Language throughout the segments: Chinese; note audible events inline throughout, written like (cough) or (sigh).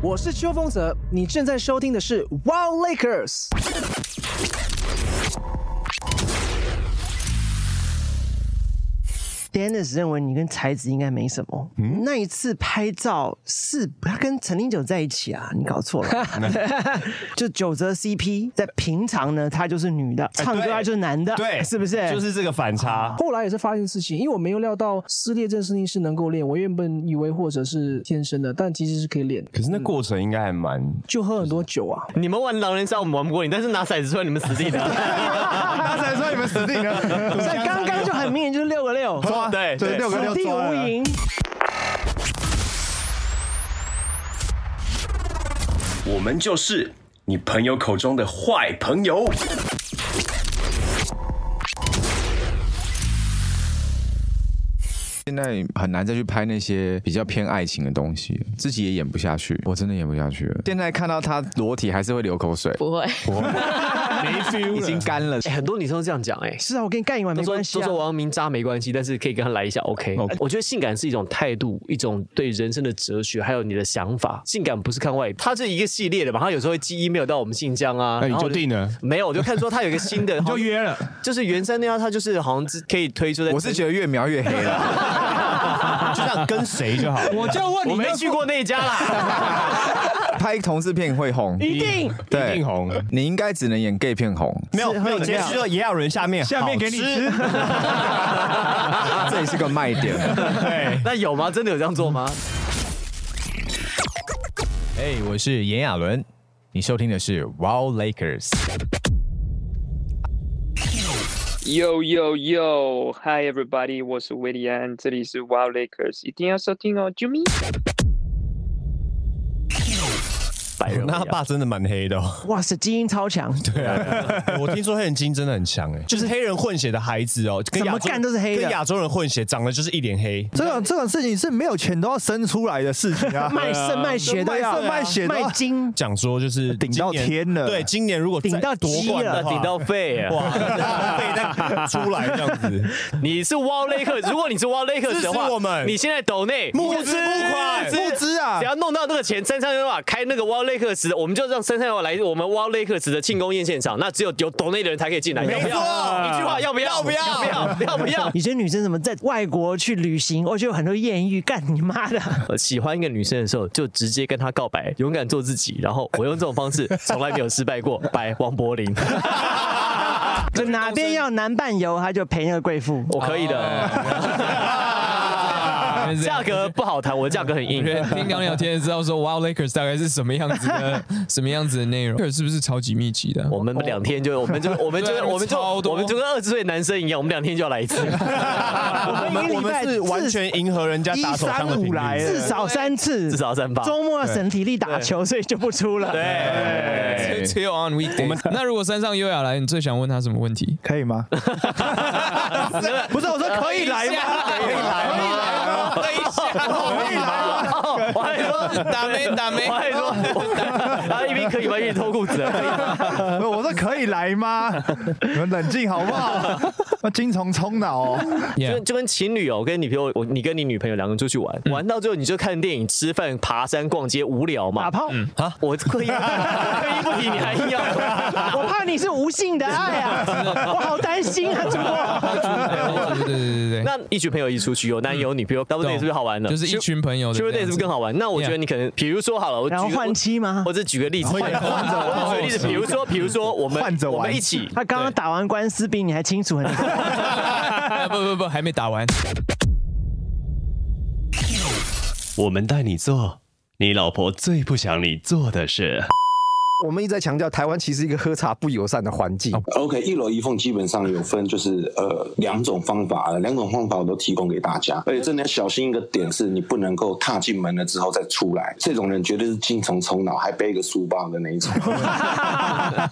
我是秋风泽，你正在收听的是 Wow Lakers。Dennis 认为你跟才子应该没什么。那一次拍照是他跟陈零九在一起啊，你搞错了。就九泽 CP 在平常呢，他就是女的，唱歌他就是男的，对，是不是？就是这个反差。后来也是发现事情，因为我没有料到撕裂这件事情是能够练。我原本以为 (laughs) 或者是天生的，但其实是可以练的，可是那过程应该还蛮……就喝很多酒啊。你们玩狼人杀，我们玩不过你，但是拿骰子出来，你们死定 (laughs) 了。大才说你们死定了，但刚刚就很明显就是六个六，抓对对，六个六死定抓无了。赢。我们就是你朋友口中的坏朋友。现在很难再去拍那些比较偏爱情的东西，自己也演不下去，我真的演不下去了。现在看到他裸体还是会流口水，不会，已经干了。很多女生都这样讲，哎，是啊，我跟你干一碗没都说关系都啊说。王明渣没关系，但是可以跟他来一下 OK。我觉得性感是一种态度，一种对人生的哲学，还有你的想法。性感不是看外表，它是一个系列的嘛，它有时候会寄 email 到我们信箱啊，那你然后就我定了，没有，我就看说他有一个新的，你就约了。就是原生那样，他就是好像是可以推出的。我是觉得越描越黑 (laughs) 了，就想跟谁就 (laughs) 好。我就问我没去过那一家啦，拍同志片会红，一定一对，定红你应该只能演 gay 片红，没有没有，结束了也要有人下面下面给你好吃， (laughs) 这也是个卖点。 (laughs) (laughs) 对，那有吗？真的有这样做吗？哎、我是炎亚纶，你收听的是 Wow Lakers。 Yo yo yo！Hi everybody，我是威利安，这里是 Wild Lakers，一定要收听哦，啾咪！白人哦那他爸真的蛮黑的、哦。哇塞，基因超强，对啊， (laughs) 我听说黑人基因真的很强哎，就是黑人混血的孩子哦，跟怎么亚洲干都是黑啊的，跟亚洲人混血，长得就是一脸黑。这种这种事情是没有钱都要生出来的事情 (laughs) 啊卖肾卖血都啊要，卖肾卖血都要卖精，讲说就是顶到今年天了对，今年如果再顶到夺鸡冠了的话，顶到肺啊！哇，被再出来这样子， (laughs) 你是 Wall Lakers，如果你是 Wall Lakers 的支话，持我们你现在抖内募资募款募资啊只，要弄到那个钱，三三六六啊开那个 Wall Lakers，我们就让三三六六来我们 Wall Lakers 的庆功宴现场，那只有有抖内的人才可以进来，要不要？一句话，要不要？要不要？要不要？要不要？ (laughs) 以前女生怎么在外国去旅行，而且有很多艳遇，干你妈的！呃喜欢一个女生的时候，就直接跟她告白，勇敢做自己。然后我用这种方式从来没有失败过。拜，王柏林，就哪边要男伴游，他就陪那个贵妇。我可以的。价格不好谈，我的价格很硬 (laughs) 因。为听刚聊天就知道说 Wow Lakers 大概是什么样 (laughs) 子的，什么样子的内容，Lakers 是不是超级密集的啊？我们两天就，我们就，我们就，对啊我们就，超多我们就跟二十岁男生一样，我们两天就要来一次。 (laughs) 我一们个我礼拜们是完全迎合人家打手枪的频一三五来率。至少三次，至少三把周末要省体力打球，所以就不出了。对，只只有 on weekday。那如果山上优 (laughs) 雅哎来，你最想问他什么问题？可以吗？不是我说可以来吗？可以来吗？等一下，我还说 (laughs) 打没打没我？还说， (laughs) 然后一边可以玩，一边脱裤子。 (laughs) 不是我说可以来吗？你们冷静好不好？那精虫充脑哦，就 Yeah 跟就跟情侣哦，跟你朋友，我你跟你女朋友两个人出去嗯玩，玩到最后你就看电影、吃饭、爬山、逛街，无聊嘛打。炮，啊！我刻意 (laughs) 刻意不提，你还硬要。哦我怕你是无性的爱啊，我好担心啊，主播。对对对对对，那一群朋友一起出去，有男友女朋友，double day 是不是好玩了？就是一群朋友的，double day 是这样不子，是更好玩？那我觉得你可能，比如说好了，我举然后个换妻吗我只举个例子，换换我只举个例子，比如说比如说我们换着玩我们一起，他刚刚打完官司，比你还清楚很多。 (laughs) 啊？不不不，还没打完。我们带你做你老婆最不想你做的事。我们一直在强调，台湾其实一个喝茶不友善的环境。哦哦 OK，一楼一凤基本上有分，就是呃两种方法，两种方法我都提供给大家。而且真的要小心一个点是，你不能够踏进门了之后再出来，这种人绝对是精虫充脑，还背一个书包的那一种。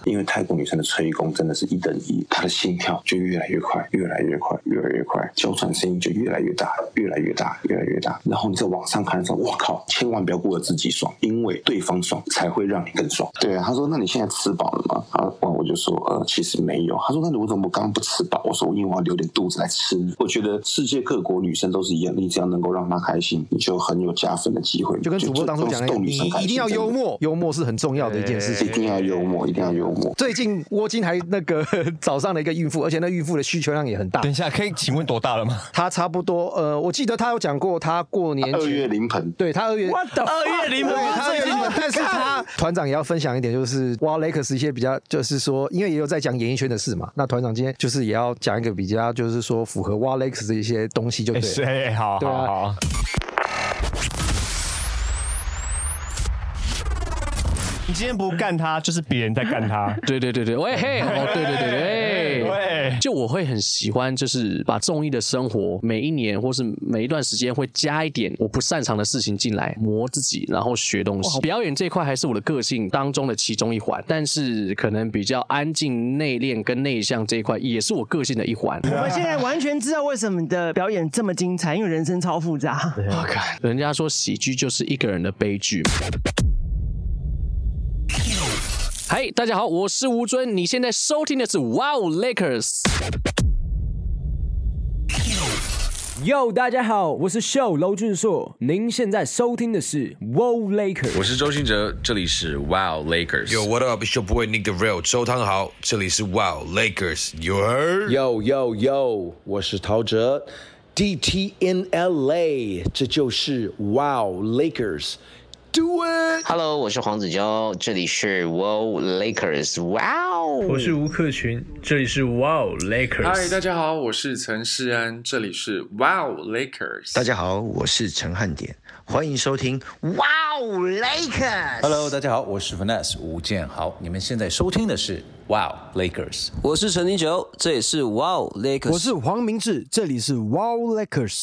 因为泰国女生的吹功真的是一等一，她的心跳就越来越快，越来越快，越来越快，娇喘声音就越来越大，越来越大，越来越大。然后你在网上看的时候，我靠，千万不要顾着自己爽，因为对方爽才会让你更爽。对啊，他说那你现在吃饱了吗？啊，我我就说呃，其实没有。他说那你为什么刚刚不吃饱？我说因为我要留点肚子来吃。我觉得世界各国女生都是一样，你只要能够让她开心，你就很有加分的机会。就跟主播当初讲的，逗你女生开心一定要幽，默，幽默是很重要的一件事情。一定要幽默，一定要幽默。最近窝金还那个 (laughs) 找上了一个孕妇，而且那孕妇的需求量也很大。等一下，可以请问多大了吗？她差不多，呃，我记得她有讲过，她过年二月临盆，对她二月 What the fuck？二月临盆她二月临盆最近，但是她 (laughs) 团长也要分享一点，就是哇，Lakers 一些比较，就是说，因为也有在讲演艺圈的事嘛，那团长今天就是也要讲一个比较，就是说符合哇 Lakers 的一些东西，就对了。是哎好对啊好好你今天不干他，就是别人在干他。对对对对，喂嘿，哦对对对对，对，就我会很喜欢，就是把综艺的生活每一年或是每一段时间会加一点我不擅长的事情进来磨自己，然后学东西。表演这一块还是我的个性当中的其中一环，但是可能比较安静、内敛跟内向这一块也是我个性的一环。我们现在完全知道为什么你的表演这么精彩，因为人生超复杂。人家说喜剧就是一个人的悲剧。嗨，大家好，我是吴尊，你现在收听的是 Wow Lakers。 Yo，大家好，我是秀楼俊硕，您现在收听的是 Wow Laker。我是周信哲，这里是 Wow Lakers。Yo, what up? It's your boy Nick the Real，周汤豪，这里是 Wow Lakers。You heard? Yo Yo Yo，我是陶喆，DT in LA，这就是 Wow Lakers。Do it！ Hello，我是黄子佼，这里是 Wow Lakers。Wow，我是吴克群，这里是 Wow Lakers。嗨，大家好，我是陈世安，这里是 Wow Lakers。大家好，我是陈汉典，欢迎收听。 Wow Lakers。 Hello，大家好，我是 Finesse 吴建豪，你们现在收听的是 Wow Lakers。我是陈林九，这也是 Wow Lakers。我是黄明志，这里是 Wow Lakers。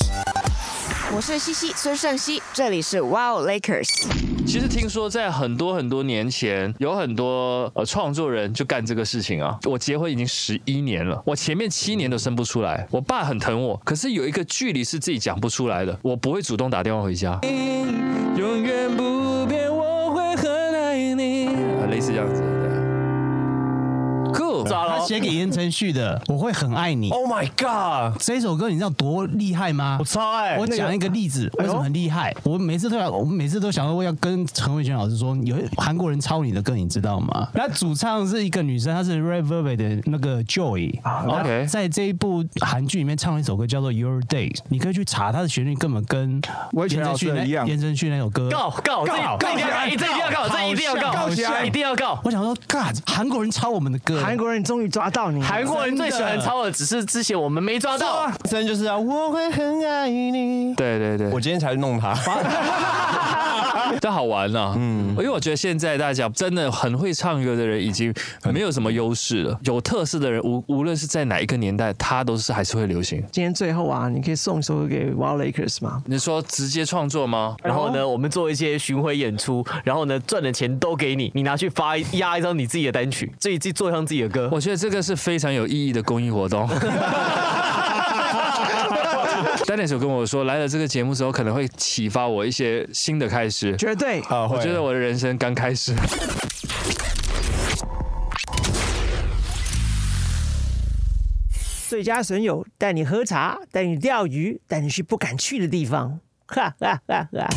我是西西孙胜熙，这里是 Wow Lakers。其实听说在很多很多年前，有很多呃创作人就干这个事情啊。我结婚已经十一年了，我前面七年都生不出来，我爸很疼我，可是有一个距离是自己讲不出来的，我不会主动打电话回家。永远不变，我会很爱你。啊，类似这样子。 Cool，他写给言承旭 (laughs) 的，我会很爱你。Oh my god，这首歌你知道多厉害吗？我超爱我讲一个例子，为什么很厉哎害？我每次都要，我每次都想说我要跟陈慧娟老师说，有韩国人抄你的歌，你知道吗？那主唱是一个女生，她是 Red Velvet 的那个 Joy。啊 OK 在这一部韩剧里面唱了一首歌叫做 Your Days，你可以去查，它的旋律根本跟以前言承旭老师那一样言承旭那首歌告告这告这一定要告这一定要告这好一定要告像好像一定要告我想说，God，韩国人抄我们的歌，韩国人终于抓到 (laughs) 你，韩国人最喜欢抄的，只是之前我们没抓到。真就是啊，我会很爱你。对对对，我今天才弄他。 (laughs) 这好玩呐、嗯，因为我觉得现在大家真的很会唱歌的人已经没有什么优势了，有特色的人无无论是在哪一个年代，他都是还是会流行。今天最后啊，你可以送一首歌给 Wow Lakers 吗？你说直接创作吗？然后呢，我们做一些巡回演出，然后呢，赚的钱都给你，你拿去发压一张你自己的单曲，自己自己做一张自己的歌。我觉得这个是非常有意义的公益 (laughs) 活动。丹尼斯有跟我说，来了这个节目之后，可能会启发我一些新的开始。绝对啊，我觉得我的人生刚开始。最佳损友带你喝茶，带你钓鱼，带你去不敢去的地方。哈哈哈哈！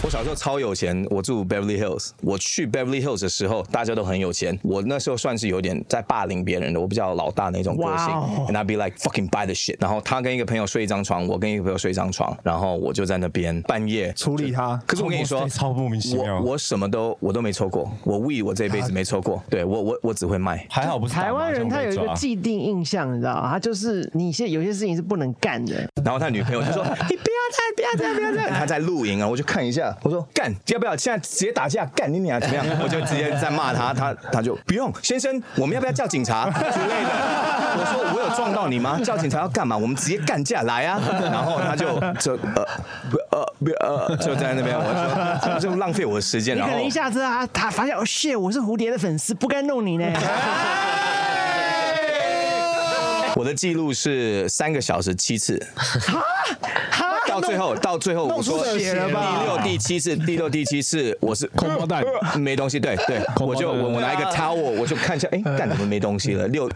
我小时候超有钱，我住 Beverly Hills。我去 Beverly Hills 的时候，大家都很有钱。我那时候算是有点在霸凌别人的，我比较老大那种个哇性。哦 And I be like fucking buy the shit。然后他跟一个朋友睡一张床，我跟一个朋友睡一张床，然后我就在那边半夜处理他。可是我跟你说，超莫名其妙我我什么都我都没抽过，我 we 我这辈子没抽过。对我我我只会卖，还好不台湾人他有一个既定印象，你知道吗？他就是你现在有些事情是不能干的。然后他女朋友就说：“你不要再，不要再，不要再。”他在露营啊，我就看一下，我说：“干，要不要现在直接打架？干你娘怎么样？”我就直接在骂他，他他就不用，先生，我们要不要叫警察之类的？我说我有撞到你吗？叫警察要干嘛？我们直接干架来啊！然后他就就呃不呃不呃就在那边，我就就浪费我的时间，你然可后能一下子啊，他发现哦 shit，我是蝴蝶的粉丝，不该弄你呢。我的记录是三个小时七次。哈，到最后，到最后我说弄出血了吧第六、第七次，第六、第七次，我是空包蛋，没东西。对对，我就我我拿一个 towel，我就看一下，哎，干怎么没东西了？六，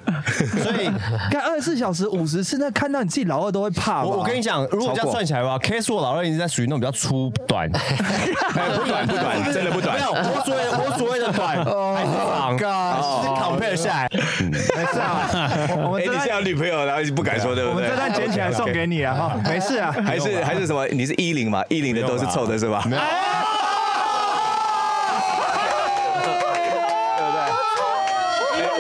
所以看二十四小时五十次，那看到你自己老啊二都会怕吧。 (laughs) 我我跟你讲，如果这样算起来吧，K 数老二已经在属于那种比较粗 (laughs) 短，哎不哦短不短真的不短没有，我所谓的我所谓的 (laughs) 短，还 Oh，是哦长，是 compare 下来。没事啊，我我们哎，这哦你现在有段女朋友，然后你不敢说，对不我对？们这段捡起来送给你啊，哈，没事啊，还是还是什么？你是一零嘛？一零的都是臭的是吧？没有。哦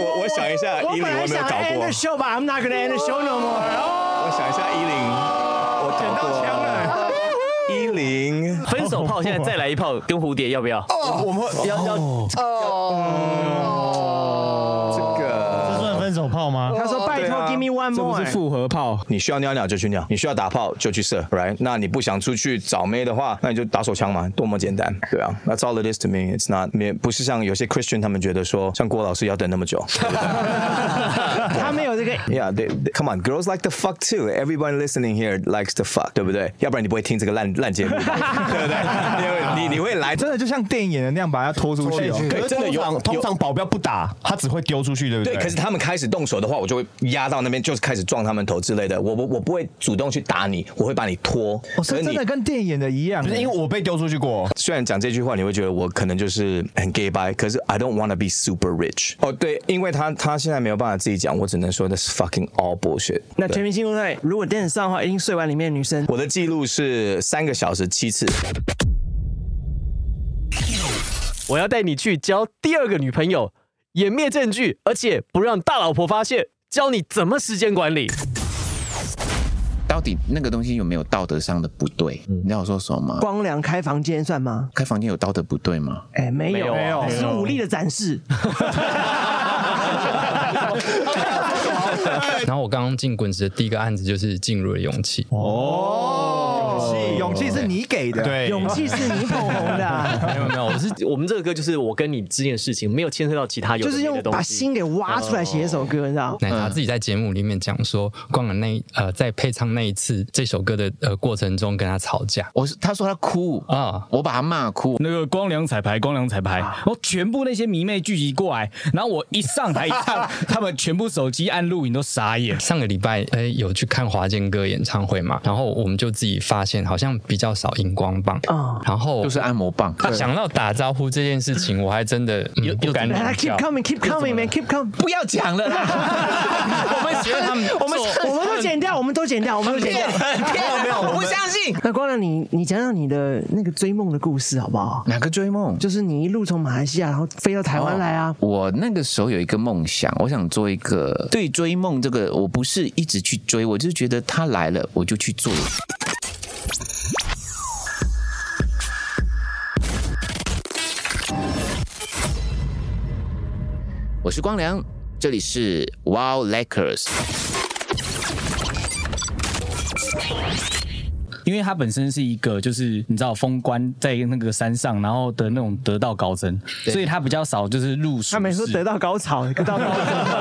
我我想一下，我一零本来我没有想搞 end 过 the。show 吧，I'm not gonna end the show no more。我想一下，一零我搞过。一零分手炮，现在再来一炮，跟蝴蝶要不要？我们要要哦这个算分手炮吗？他说拜托，give me one 这不 more。是复合炮，你需要尿尿就去尿，你需要打炮就去射，right？那你不想出去找妹的话，那你就打手枪嘛，多么简单，对啊。That's all it is to me. It's not 没不是像有些 Christian 他们觉得说，像郭老师要等那么久。他没有这个 Yeah, they, they, come on, girls like to fuck too. Everyone listening here likes to fuck，对不对？要不然你不会听这个烂烂节目，对不对？你你你会来真的就像电影演的那样把它拖出去哦。 (laughs) 可是通常通常保镖不打，他只会丢出去，对不对，对？可是他们开始动手的话，我就会压到那边，就是开始撞他们头之类的。我不我不会主动去打你，我会把你拖。哦可我哦是是真你的跟电影演的一样，因为我被丢出去过。哦虽然讲这句话，你会觉得我可能就是很 gay bye，可是 I don't wanna be super rich。哦，对，因为他他现在没有办法自己讲，我只能说 that's fucking all bullshit。那全明星录赛，如果 dance 上的话，一定睡完里面的女生。我的记录是三个小时七次。我要带你去交第二个女朋友，湮灭证据，而且不让大老婆发现，教你怎么时间管理。到底那个东西有没有道德上的不对？嗯你知道我说什么吗？光良开房间算吗？开房间有道德不对吗？哎，没有，没有啊只是武力的展示。 (laughs) 然后我刚刚进滚石的第一个案子就是进入了勇气。哦，勇气是你给的，对勇气是你捧红的啊 (laughs) 没有没 (laughs) 有，我是我们这个歌就是我跟你之间的事情，没有牵涉到其他有就的是没用的东西。哦把心给挖出来写一首歌，你知道？奶嗯茶自己在节目里面讲说，光良那一呃在配唱那一次这首歌的呃过程中跟他吵架，我是他说他哭啊，我把他骂哭。啊那个光良彩排，光良彩排，然后全部那些迷妹聚集过来，然后我一上台一看，他们全部手机按录影都傻眼。上个礼拜哎有去看华健哥演唱会嘛，然后我们就自己发现好像比较少荧光棒，然后就是按摩棒。想到打招呼这件事情，我还真的嗯有 (laughs) 有感来来，keep coming，keep coming，man，keep coming，不要讲了啦。 (laughs) 我们学他们我们做我们都剪掉，我们都剪掉，我们都剪掉。没有，我不相信。那光良，你你讲讲你的那个追梦的故事好不好？哪个追梦？哦就是你一路从马来西亚，然后飞到台湾来啊。我那个时候有一个梦想，我想做一个对追梦这个，我不是一直去追，我就是觉得他来了我就去做。我是光良，这里是 Wow Lakers。因为他本身是一个就是你知道封关在那个山上，然后的那种得道高僧，所以他比较少就是入蜀。他每次都得到高潮，得到高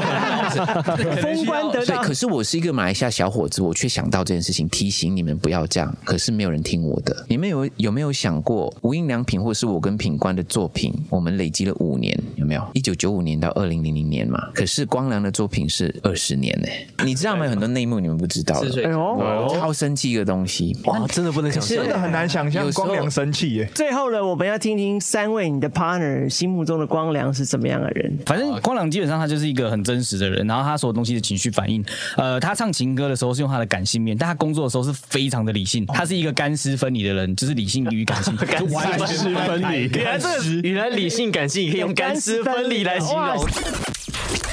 (laughs) 潮， (laughs) 封关得对，到可是我是一个马来西亚小伙子，我却想到这件事情，提醒你们不要这样。可是没有人听我的。你们有有没有想过，无印良品或是我跟品冠的作品，我们累积了五年，有没有？一九九五年到二零零零年嘛。可是光良的作品是二十年呢、你知道吗？有很多内幕你们不知道是是的。哎呦我超生气一个东西，哇，真的不能真的很难想象光良生气耶。最后呢，我们要听听三位你的 partner 心目中的光良是怎么样的人。反正光良基本上他就是一个很真实的人，然后他所有东西的情绪反应，呃，他唱情歌的时候是用他的感性面，但他工作的时候是非常的理性，他是一个干湿分离的人，就是理性与 (laughs) 感性就完 (laughs) 全干湿分离分原来这个原来理性感性也可以用干湿分离来形容。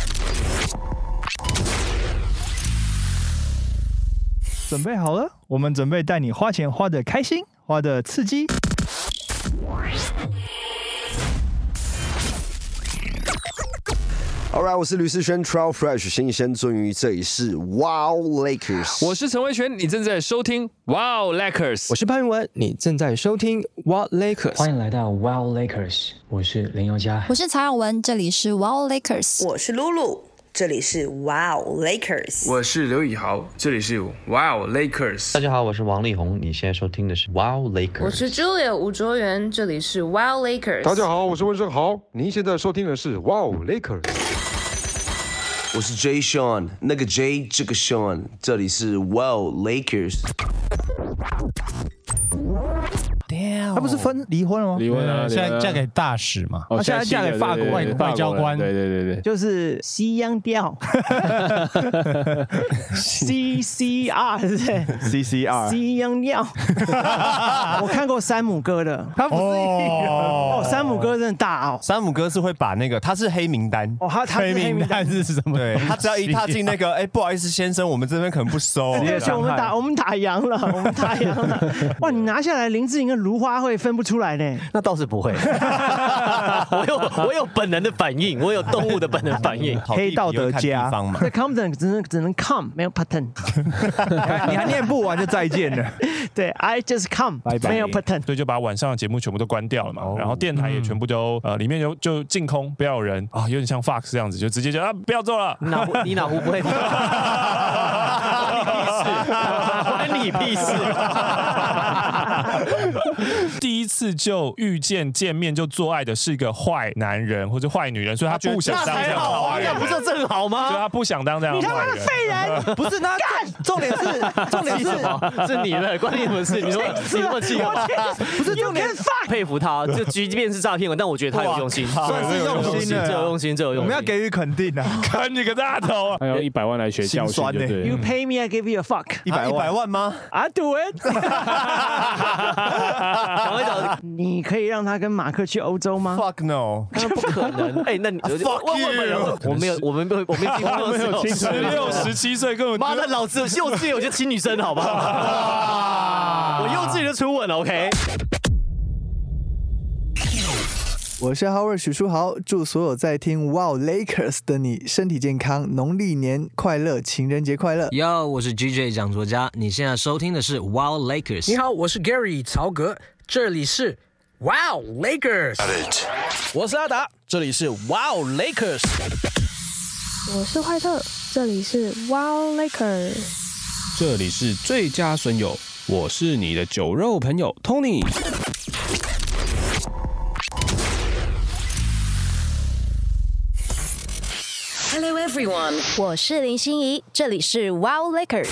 准备好了，我们准备带你花钱花的开心，花的刺激。 Alright，我是吕思轩，Trial Fresh 新鲜鳟鱼，这里是 Wow Lakers。我是陈维权，你正在收听 Wow Lakers。我是潘文文，你正在收听 What Lakers，欢迎来到 Wow Lakers，我是林宥嘉。我是曹耀文，这里是 Wow Lakers，我是露露。这里是 Wow Lakers。我是刘以豪，这里是 Wow Lakers。大家好，我是王力宏，你现在收听的是 Wow Lakers。我是 Julia 吴卓源，这里是 Wow Lakers。大家好，我是温正豪，您现在收听的是 Wow Lakers。我是 J Sean，那个 J 这个 Sean，这里是 Wow Lakers。他不是分离婚了吗？离婚了离对婚现了在嫁给大使嘛，哦她现在现嫁在给法国对对外对外交法国人官，对对对对就是西洋 (laughs) 调 (laughs) ，C C R 是不是 CCR 西洋调。 (laughs) 我看过山姆哥的，他不是 (laughs) 哦，山姆哥真的大哦，山姆哥是会把那个，他是黑名单哦，他他是黑名单是什么？对他只要 (laughs) 一踏进那个，哎，不好意思，先生，我们这边可能不 (laughs) 收。对不起，我们打我们打烊了，我们打烊了。哇，你拿下来林志颖跟芦花会分不出来呢。那倒是不 (laughs) 会，我有我有本能的反应，我有动物的本能反 (laughs) 应。黑道德家方嘛，在 Compton 只能只能 come，没有 pattern。你还念不完就再见了。对，I just come，没有 pattern。所以就把晚上的节目全部都关掉了嘛，然后电台也全部都呃里面就就净空，不要有人啊，有点像 Fox 这样子，就直接就啊不要做了。你哪壶你哪壶不会？ (laughs) 关你屁事！ (laughs) 第一次就遇见见面就做爱的是一个坏男人或者坏女人，所以他不想当这样的坏人，那不是正好吗？所以他不想当这样你的他妈坏的人。废 (laughs) 人！不是，那重点是重点是是你的，关你什么事？ (laughs) 你说你那么气我气啊 (laughs) 死？不是重点，佩服他，就即便是诈骗文，但我觉得他有用心，哇靠算是 (laughs) 用心啊了这有用心，这有我用们心要。给予肯定啊！啃你个大头啊！还有一百万来学教训就欸对了心酸 You pay me, I give you a fuck。一百万啊一百万吗？I do it 你可以让他跟马克去欧洲吗？Fuck no，不可能！ (laughs) 哎，那你我 Fuck 我我没有，我没 (laughs) 有，我们没有，我没有听过十六、十七岁根本妈的，老子幼稚园我就亲女生，好不 (laughs) 好？我幼稚园就初吻，OK。啊我是 Howard 许书豪，祝所有在听 Wow Lakers 的你身体健康，农历年快乐，情人节快乐。 Yo，我是 GJ 蒋卓佳，你现在收听的是 Wow Lakers。你好，我是 Gary 曹格，这里是 Wow Lakers。我是阿达，这里是 Wow Lakers。我是坏特，这里是 Wow Lakers。这里是最佳损友，我是你的酒肉朋友 Tony。 Hello everyone，我是林心怡，这里是 Wow Lakers。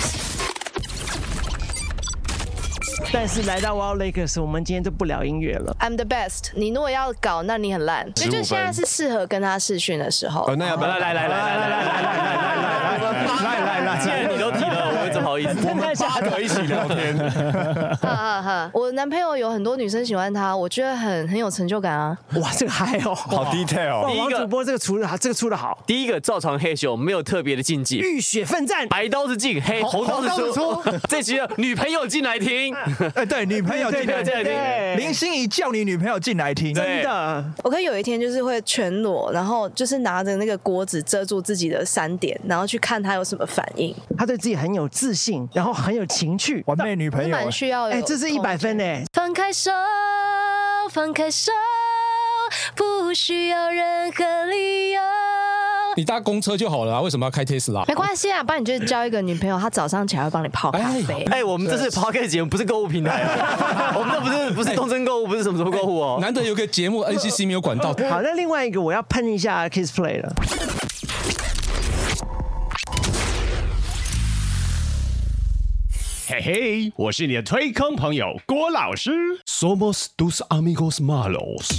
但是来到 Wild Lakers，我们今天就不聊音乐了。 I'm the best。你如果要搞，那你很烂。所以就现在是适合跟他试训的时哦哦候。那要不来来来来来来来来来来来来，既然你都提了，我们怎么 (laughs) 好意思？我们八个一起聊天。 (laughs) (laughs) 哈哈哈！我男朋友有很多女生喜欢他，我觉得很很有成就感啊。哇，这个嗨哦，好 detail 哇，第一王个主播这个出的，这个出的好。第一个照常黑熊，没有特别的禁忌，浴血奋战，白刀子进，黑红刀子出。 (laughs) 这集的女朋友进来 (laughs) 听，哎，对，女朋友进来对对对林心怡叫你女朋友进来听，真的。我可以有一天就是会全裸，然后就是拿着那个锅子遮住自己的三点，然后去看他有什么反应。他对自己很有自信，然后很有情趣，完美女朋友蛮需要有哎，这是一百分哎，放开手，放开手，(laughs) 不需要任何理由。 (laughs) 你搭公车就好了、啊，为什么要开 Tesla？没关系啊，不然你就交一个女朋友，她早上起来会帮你泡咖啡。哎，我们这是 p o c k e t 节目，不是购物平 (laughs) 台，我们这不是不是东森购物，不是什么什么购物哦。难得有个 (laughs) 节目 NCC 没有管到。好，那另外一个我要喷一下 Kiss Play 了。嘿嘿，我是你的推坑朋友郭老师。Somos dos amigos malos。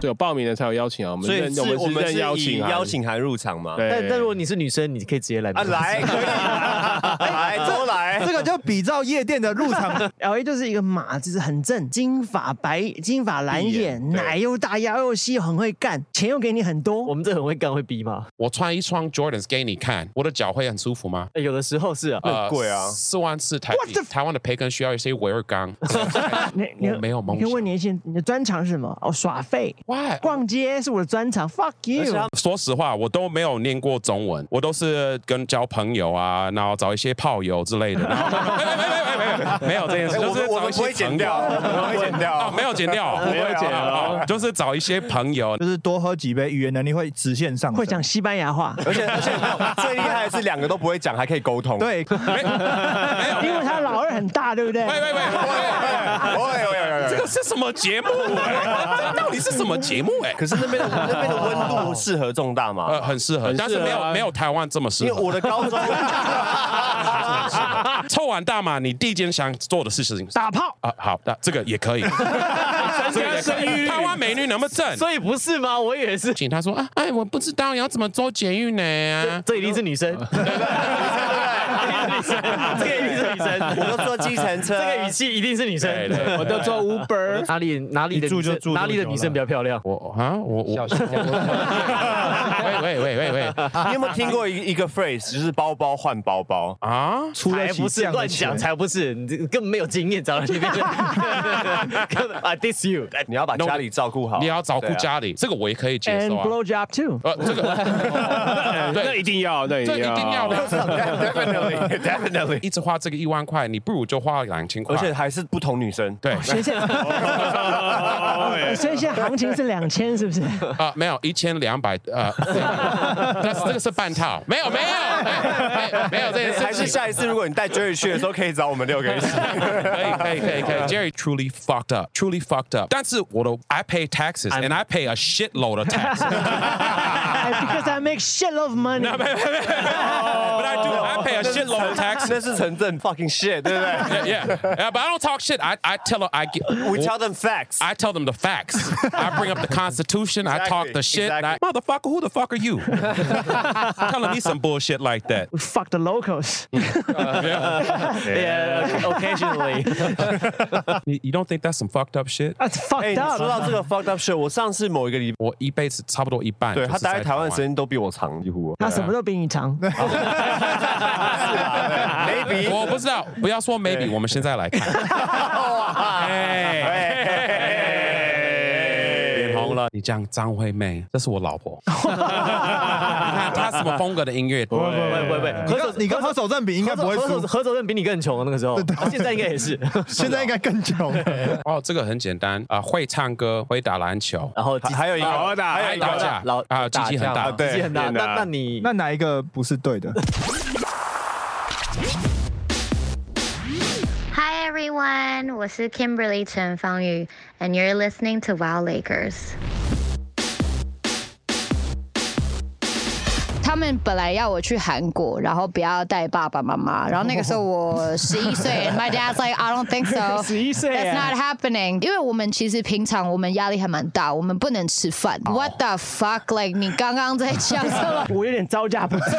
对，有报名的才有邀请啊，我们所以认是我我们们是是认邀请啊以函邀请函入场吗？对但但如果你是女生，你可以直接来啊， (laughs) 来可以，来都来，这个就比照夜店的入场 L A 就是一个马，就是很正，金发白，金发蓝眼，奶又大，腰又细，很会干，钱又给你很多。我们这很会干，会逼吗？我穿一双 Jordans 给你看，我的脚会很舒服吗？有的时候是啊，呃四万四台币。台湾的培根需要一些维尔钢。你你我没有梦你可以问年轻人，你的专长是什么？哦，耍废。哇，逛街是我的专长。Fuck 而且 you。他说实话，我都没有念过中文，我都是跟交朋友啊，然后找一些炮友之类的。然后没有没有没有没有没有这件事，哎我们就是我们不会剪掉找一些朋友我们不会剪掉啊没有剪掉，不会剪啊，就是找一些朋友，就是多喝几杯，语言能力会直线上升。会讲西班牙话，而且而且没有最厉害的是两个都不会讲，还可以沟通。对，因为他老二很大，对不对？喂喂喂，这个是什么节目？哎 (laughs) 这到底是什么节目？哎，可是那边的那边的温度适合重大吗？ (laughs) 呃，很适合，很适合但是没有啊没有台湾这么适因合。为我的 (laughs) 高中，抽完大麻，你第一件想做的事情打炮啊？好，那这个 (laughs) 也可以。这个也可以台湾美女能不能正？所以不是吗？我以为是。请他说啊，哎，我不知道你要怎么做捷运呢？啊这一定是女 (laughs) 生，这个一定是女生，我都坐计程车这个语气一定是女生对对对，我都坐 Uber，哪里哪里的一住女就生住哪里的多久女生比较漂亮？我啊，我我小心点喂喂喂喂喂， (laughs) 你有没有听过一一个 phrase，就是包包换包包？啊，才不是乱讲，才不是，你这个根本没有经验，找到那边根本 (laughs) I diss you，哎你要把家里照顾好，你要照顾家里。里，这个我也可以接 And 受啊。 blow job too。呃，这个对那一定要，那一这定一要，定要 (laughs) 的 Definitely, definitely 一直花这个一万块，你不如就花两千块。而且还是不同女生，哦对，所以现在，所以现在行情是两千，是不是？ (laughs) 啊，没有一千两百 (laughs) 呃，但是这个是半套，没有没有哎哎 (laughs) 没有这件事情，还是下一次如果你带 Jerry 去的时候，可以找我们六个一起。 (laughs) 可以可以可以可以，Jerry truly fucked up, truly fucked up。但是我的 I pay taxes and I pay a shitload of taxes，but Because I make shit of money。Oh. I do I pay a shitload of 哦那 taxes。是城镇 fucking shit，对不对 Yeah, yeah, but I don't talk shit. I I tell them I get. We tell them facts. I tell them the (laughs) facts. I bring up the Constitution. I talk the shit. and I, Motherfucker, who the fuck are (laughs) you? Telling me some bullshit like that. Fuck the locals。Uh, Yeah，occasionally， (laughs) You you don't think that's some fucked up shit? That's 哎， fucked 你 up。说到这个 fucked up shit，我上次某一个礼拜，我一辈子差不多一半，对就他是待在台湾的时台间都比我长，几乎。他什么都比你长。 (laughs) Maybe 我不知道，不要说 maybe，我们现在来看。哎，脸红了，你讲张惠妹，这是我老婆。你看 (laughs) 她什么风格的音乐？不不会不会不会，你跟你跟何守正比，应该不会何守输。何守正比你更穷啊那个时候，现在应该也是。现在应该更穷。 (laughs) 哦，这个很简单啊，会唱歌，会打篮球，然后还有一好个，的，还有一打个，架，老啊，鸡鸡很大，对年纪很大，变得那那你那哪一个不是对的？ Hi everyone，我是 Kimberly 陈芳宇，and you're listening to Wow Lakers。他们本来要我去韩国，然后不要带爸爸妈妈。然后那个时候我十 (laughs) 一岁，My dad's like I don't think so， 11岁啊 that's (laughs) not happening。因为我们其实平常我们压力还蛮大，我们不能吃饭。What the fuck？Like 你刚刚在讲什么 (laughs) 我有点招架不住。 (laughs)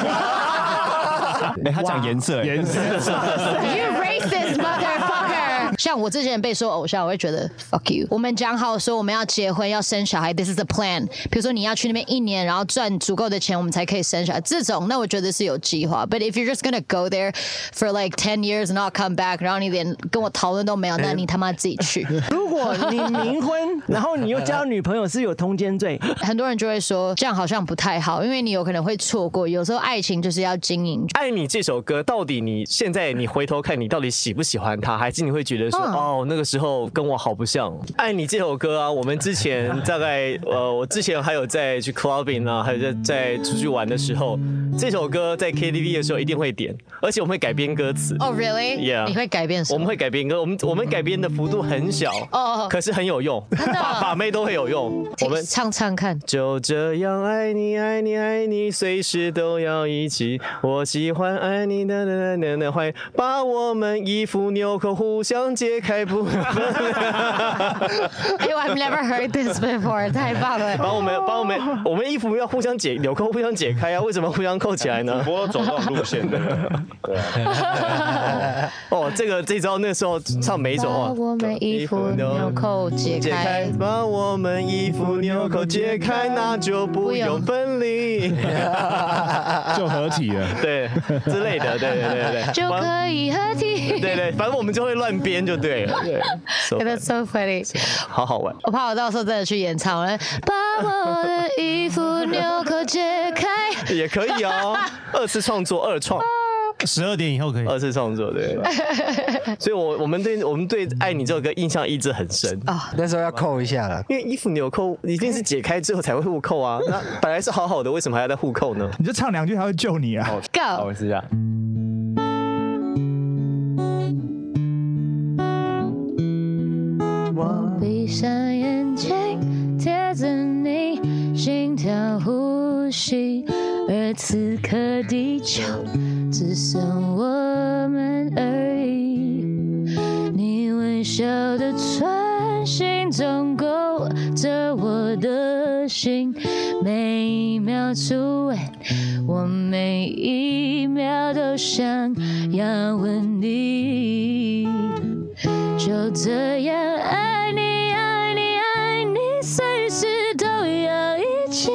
哎，他讲颜色，颜色， ？You racist motherfucker！像我之前被说偶像，我会觉得 fuck you。我们讲好说我们要结婚要生小孩，this is the plan。比如说你要去那边一年，然后赚足够的钱，我们才可以生小孩。这种那我觉得是有计划。But if you're just gonna go there for like ten years and not come back，然后你连跟我讨论都没有，那你他妈自己去。哎 (laughs) 如果你冥婚，然后你又交女朋友，是有通奸罪。 (laughs) 很多人就会说这样好像不太好，因为你有可能会错过。有时候爱情就是要经 (laughs) 营。 (laughs) 爱你这首歌，到底你现在你回头看，你到底喜不喜欢它？还是你会觉得说，嗯 (laughs) 哦，那个时候跟我好不像？爱你这首歌啊，我们之前大概呃，我之前还有在去 clubbing 啊，还有在在出去玩的时候，这首歌在 KTV 的时候一定会点，而且我们会改编歌词。哦、r e a l l y Yeah 你会改变什我么？们会改编歌，我们我们改编的幅度很小，哦可是很有用， (laughs) 把把妹都会有用。 (laughs) 我们唱唱看。就这样爱你，爱你，爱你，随时都要一起。我喜欢爱你，的的的的欢迎把我们衣服纽扣互相解开不 (laughs) 分。哎呦，I've never heard this before，太 (laughs) 棒了！把我们把我们我们衣服要互相解纽扣互相解开啊，为什么互相扣起 (laughs) 来呢？我走这种路线 (laughs) 的，对啊，哦，这个这招那时候唱每一首把啊。我们衣服纽扣解解开开，，把我们衣服纽扣解开，那就不用分 (laughs) 离，就合体了。对之类的，对对对对，就可以合体。对对，反正我们就会乱编就对了，对 so (laughs) That's so funny。 fun，好好玩。我怕我到时候真的去演唱了，把我的衣服纽扣解开。 (laughs) (laughs) 也可以哦，二次创作二创。十二点以后可以二次创作， (laughs) 对。所以我我们对我们对《爱你》这首歌印象一直很深嗯啊。那时候要扣一下了，因为衣服纽扣一定是解开之后才会互扣啊，那本来是好好的，为什么还要再互扣呢？你就唱两句，他会救你啊。好， (laughs) 我试一下。我闭上眼睛，贴着你心跳呼吸，而此刻地球只剩我们而已。你微笑的唇形总勾着我的心，每一秒初吻，我每一秒都想要吻你。就这样爱你，爱你，爱你，随时都要一起。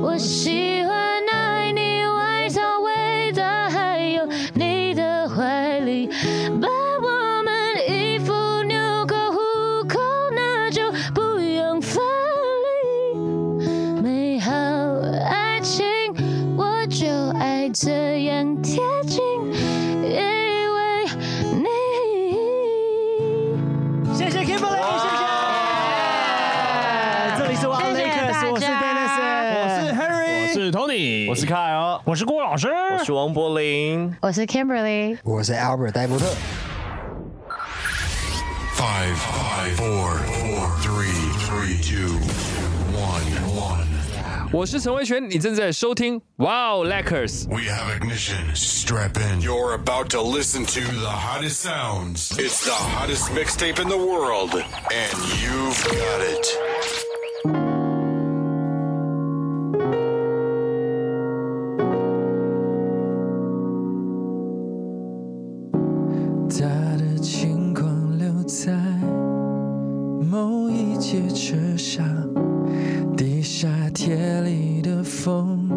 我喜欢爱你外套味道，还有你的怀里。把我们衣服纽扣互扣，那就不用分离。美好爱情，我就爱这样贴近，因为你。谢谢 Kimberly，谢谢。这里是 Wild 谢谢大 Lakers，家我是 Dennis，我是 Harry，我是 Tony，我是凯哦，我是郭老师，我是王柏林，我是 Kimberly，我是 Albert 戴伯特。 Five, five, four, four, three, three, two, one, one. 我是陈维权，你正在收听 Wow Lakers。 We have ignition. Strap in. You're about to listen to the hottest sounds. It's the hottest mixtape in the world, and you've got it. 他的轻狂留在某一节车厢，地下铁里的风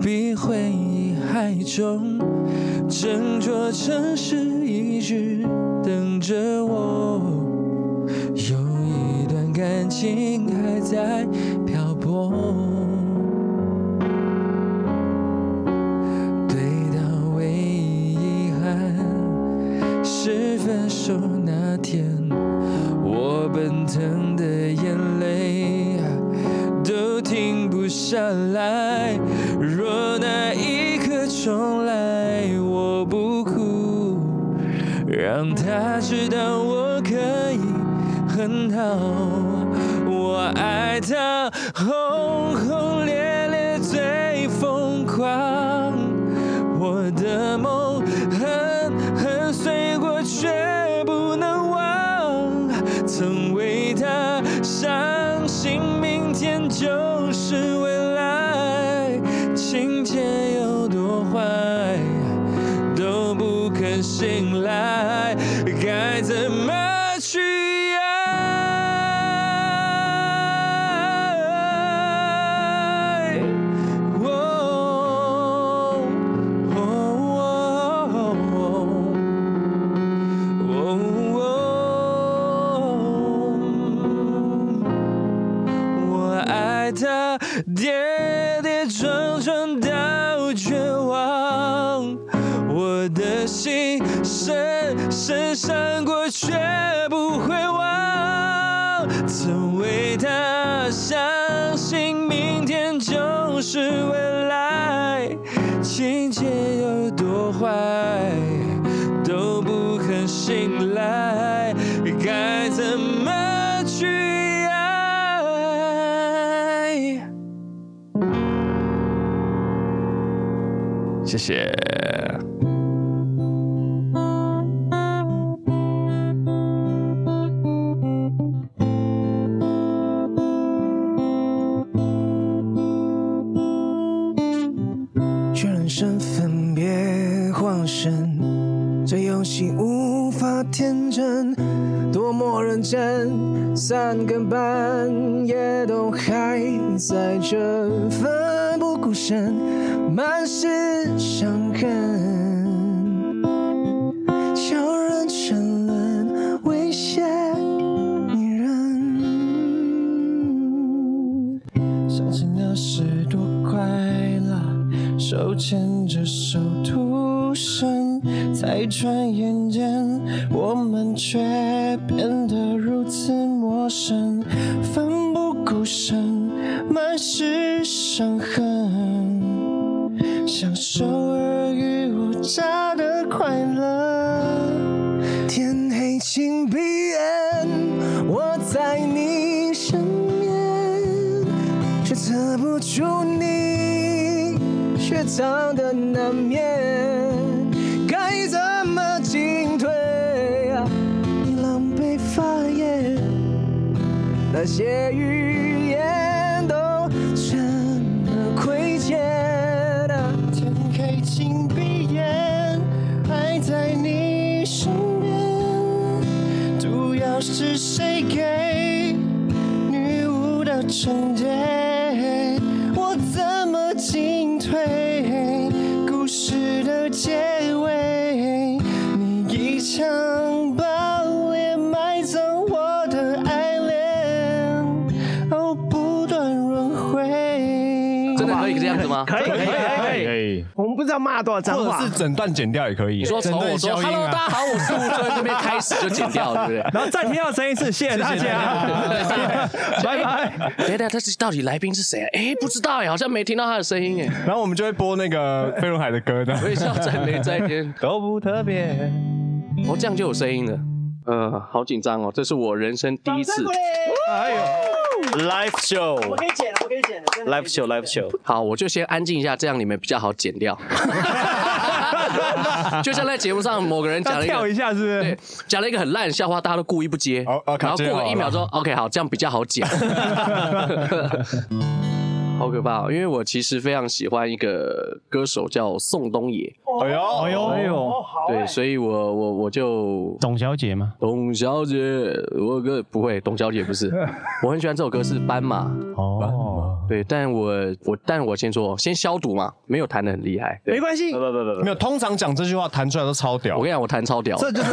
比回忆还重，整座城市一直等着我。有一段感情还在漂泊。对到唯一遗憾是分手那天，我奔腾的眼泪都停不下来。若那一刻重来，我不哭，让他知道我可以很好，我爱他，轰轰烈烈最疯狂。我的梦狠狠碎过，却不能忘。曾为他伤心，明天就是未来。情节有多坏，都不肯醒来，该怎么去爱？哦哦哦哦哦我爱他，跌跌撞撞到绝望，我的心深深伤过，却不会忘。曾为他相信明天就是未来，情节有多坏都不肯醒来，该怎么去爱？谢谢。确认身份，别晃神。这游戏无法天真，多么认真，三更半夜都还在这，奋不顾身，满是伤痕。悄然沉沦，危险迷人。想起那时多快乐，手牵着手突声，才转眼间，我们却变得如此陌生，奋不顾身，满是伤痕，享受尔虞我诈的快乐。天黑请闭眼，我在你身边，却测不出你雪藏的难眠，该怎么进退？啊你狼狈发言，那些语言都成了亏欠。天黑请闭眼，爱在你身边，毒药是谁给女巫的惩戒？我怎么进退？故事的结尾，你一枪把脸埋葬我的爱恋，哦，不断轮回。真的可以这样子吗 (laughs) 可以可以可以可以，我们不知道骂了多少脏或话者是整段剪掉也可以。你说从我说整段消音 (laughs) “Hello，大家好我是吴尊”这这边开始就剪掉了对不对然后再听到声音是谢 (laughs) 谢大哎家，拜拜。对的，他是到底来宾是谁啊？哎，不知道哎，好像没听到他的声音哎。然后我们就会播那个飞轮海的歌的。微笑再没再见，都不特别。哦，这样就有声音了。呃，好紧张哦，这是我人生第一次。哎呦，live show。我可以剪了，我可以剪了，真的 Live show, live show。好，我就先安静一下，这样你们比较好剪 (laughs) 掉。就像在节目上，某个人讲了一个要跳一下，是不是？对，讲了一个很烂的笑话，大家都故意不接，哦然后卡接过个好一秒钟，OK，好，这样比较好 (laughs) 剪。好可怕、哦，因为我其实非常喜欢一个歌手叫宋冬野。 (laughs) 哎呦哎呦哎哦呦！对，所以我我我就董小姐吗？董小姐，我歌不会，董小姐不 (laughs) 是，我很喜欢这首歌是《斑马》哦，对，但我我但我先说，先消毒嘛，没有弹的很厉害，没关系，不不不不，没有，通常讲这句话弹出来都超屌。我跟你讲，我弹超屌，这 (laughs) 就是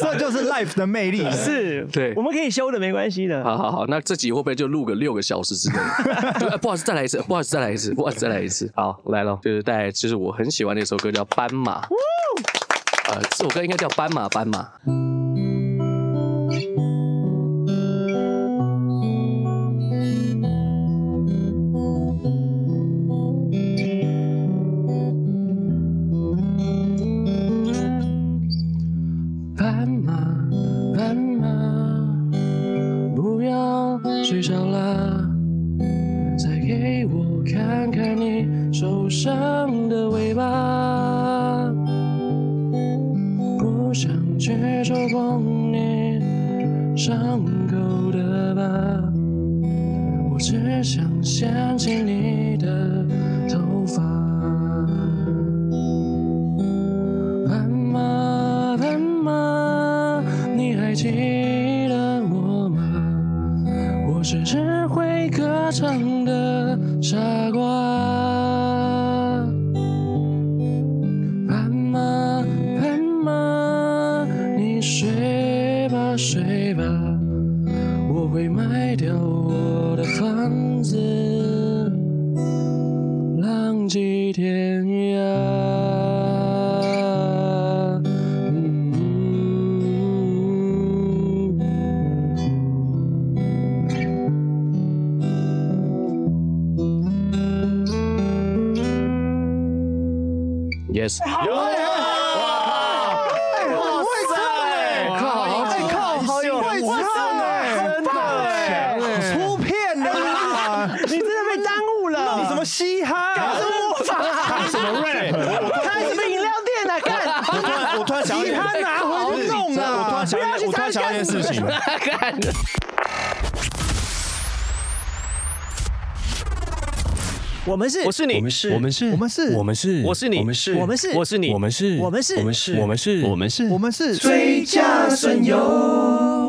这就是 life 的 (laughs) 魅力。是，对我们可以修的，没关系的。好好好，那这集会不会就录个六个小时之类的？ (laughs) 就哎不好意思，再来一次，不好意思，再来一次，不好意思，再来一次。好，来了，就是带来，就是我很喜欢的一首歌叫《斑马》。呃，这首歌应该叫《斑马斑马》。斑马，斑马，不要睡着啦，再给我看看你受伤的尾巴。不想去触碰你伤口的疤，我只想掀起你的头发。斑马，斑马，你还记得我吗？我是只会歌唱的傻瓜。斑马，斑马，你睡吧，睡吧，我会卖掉我的房子，浪迹天涯。嗯 Yes，有啊出片了，你真的被耽误了。你什么嘻哈？搞什么？什么 rap？开什么饮料店呢？干！我突然我突然想到一件嘻哈拿回去弄啊！我突然想不到要一去件我突然想到一件事 (laughs) 情。我们是，我是你，我们是我们是，我们是，我们是，我是你，我们是，我们是，我是你，我们是，我们是，我们是，我们是，我们是，我们是最佳损友。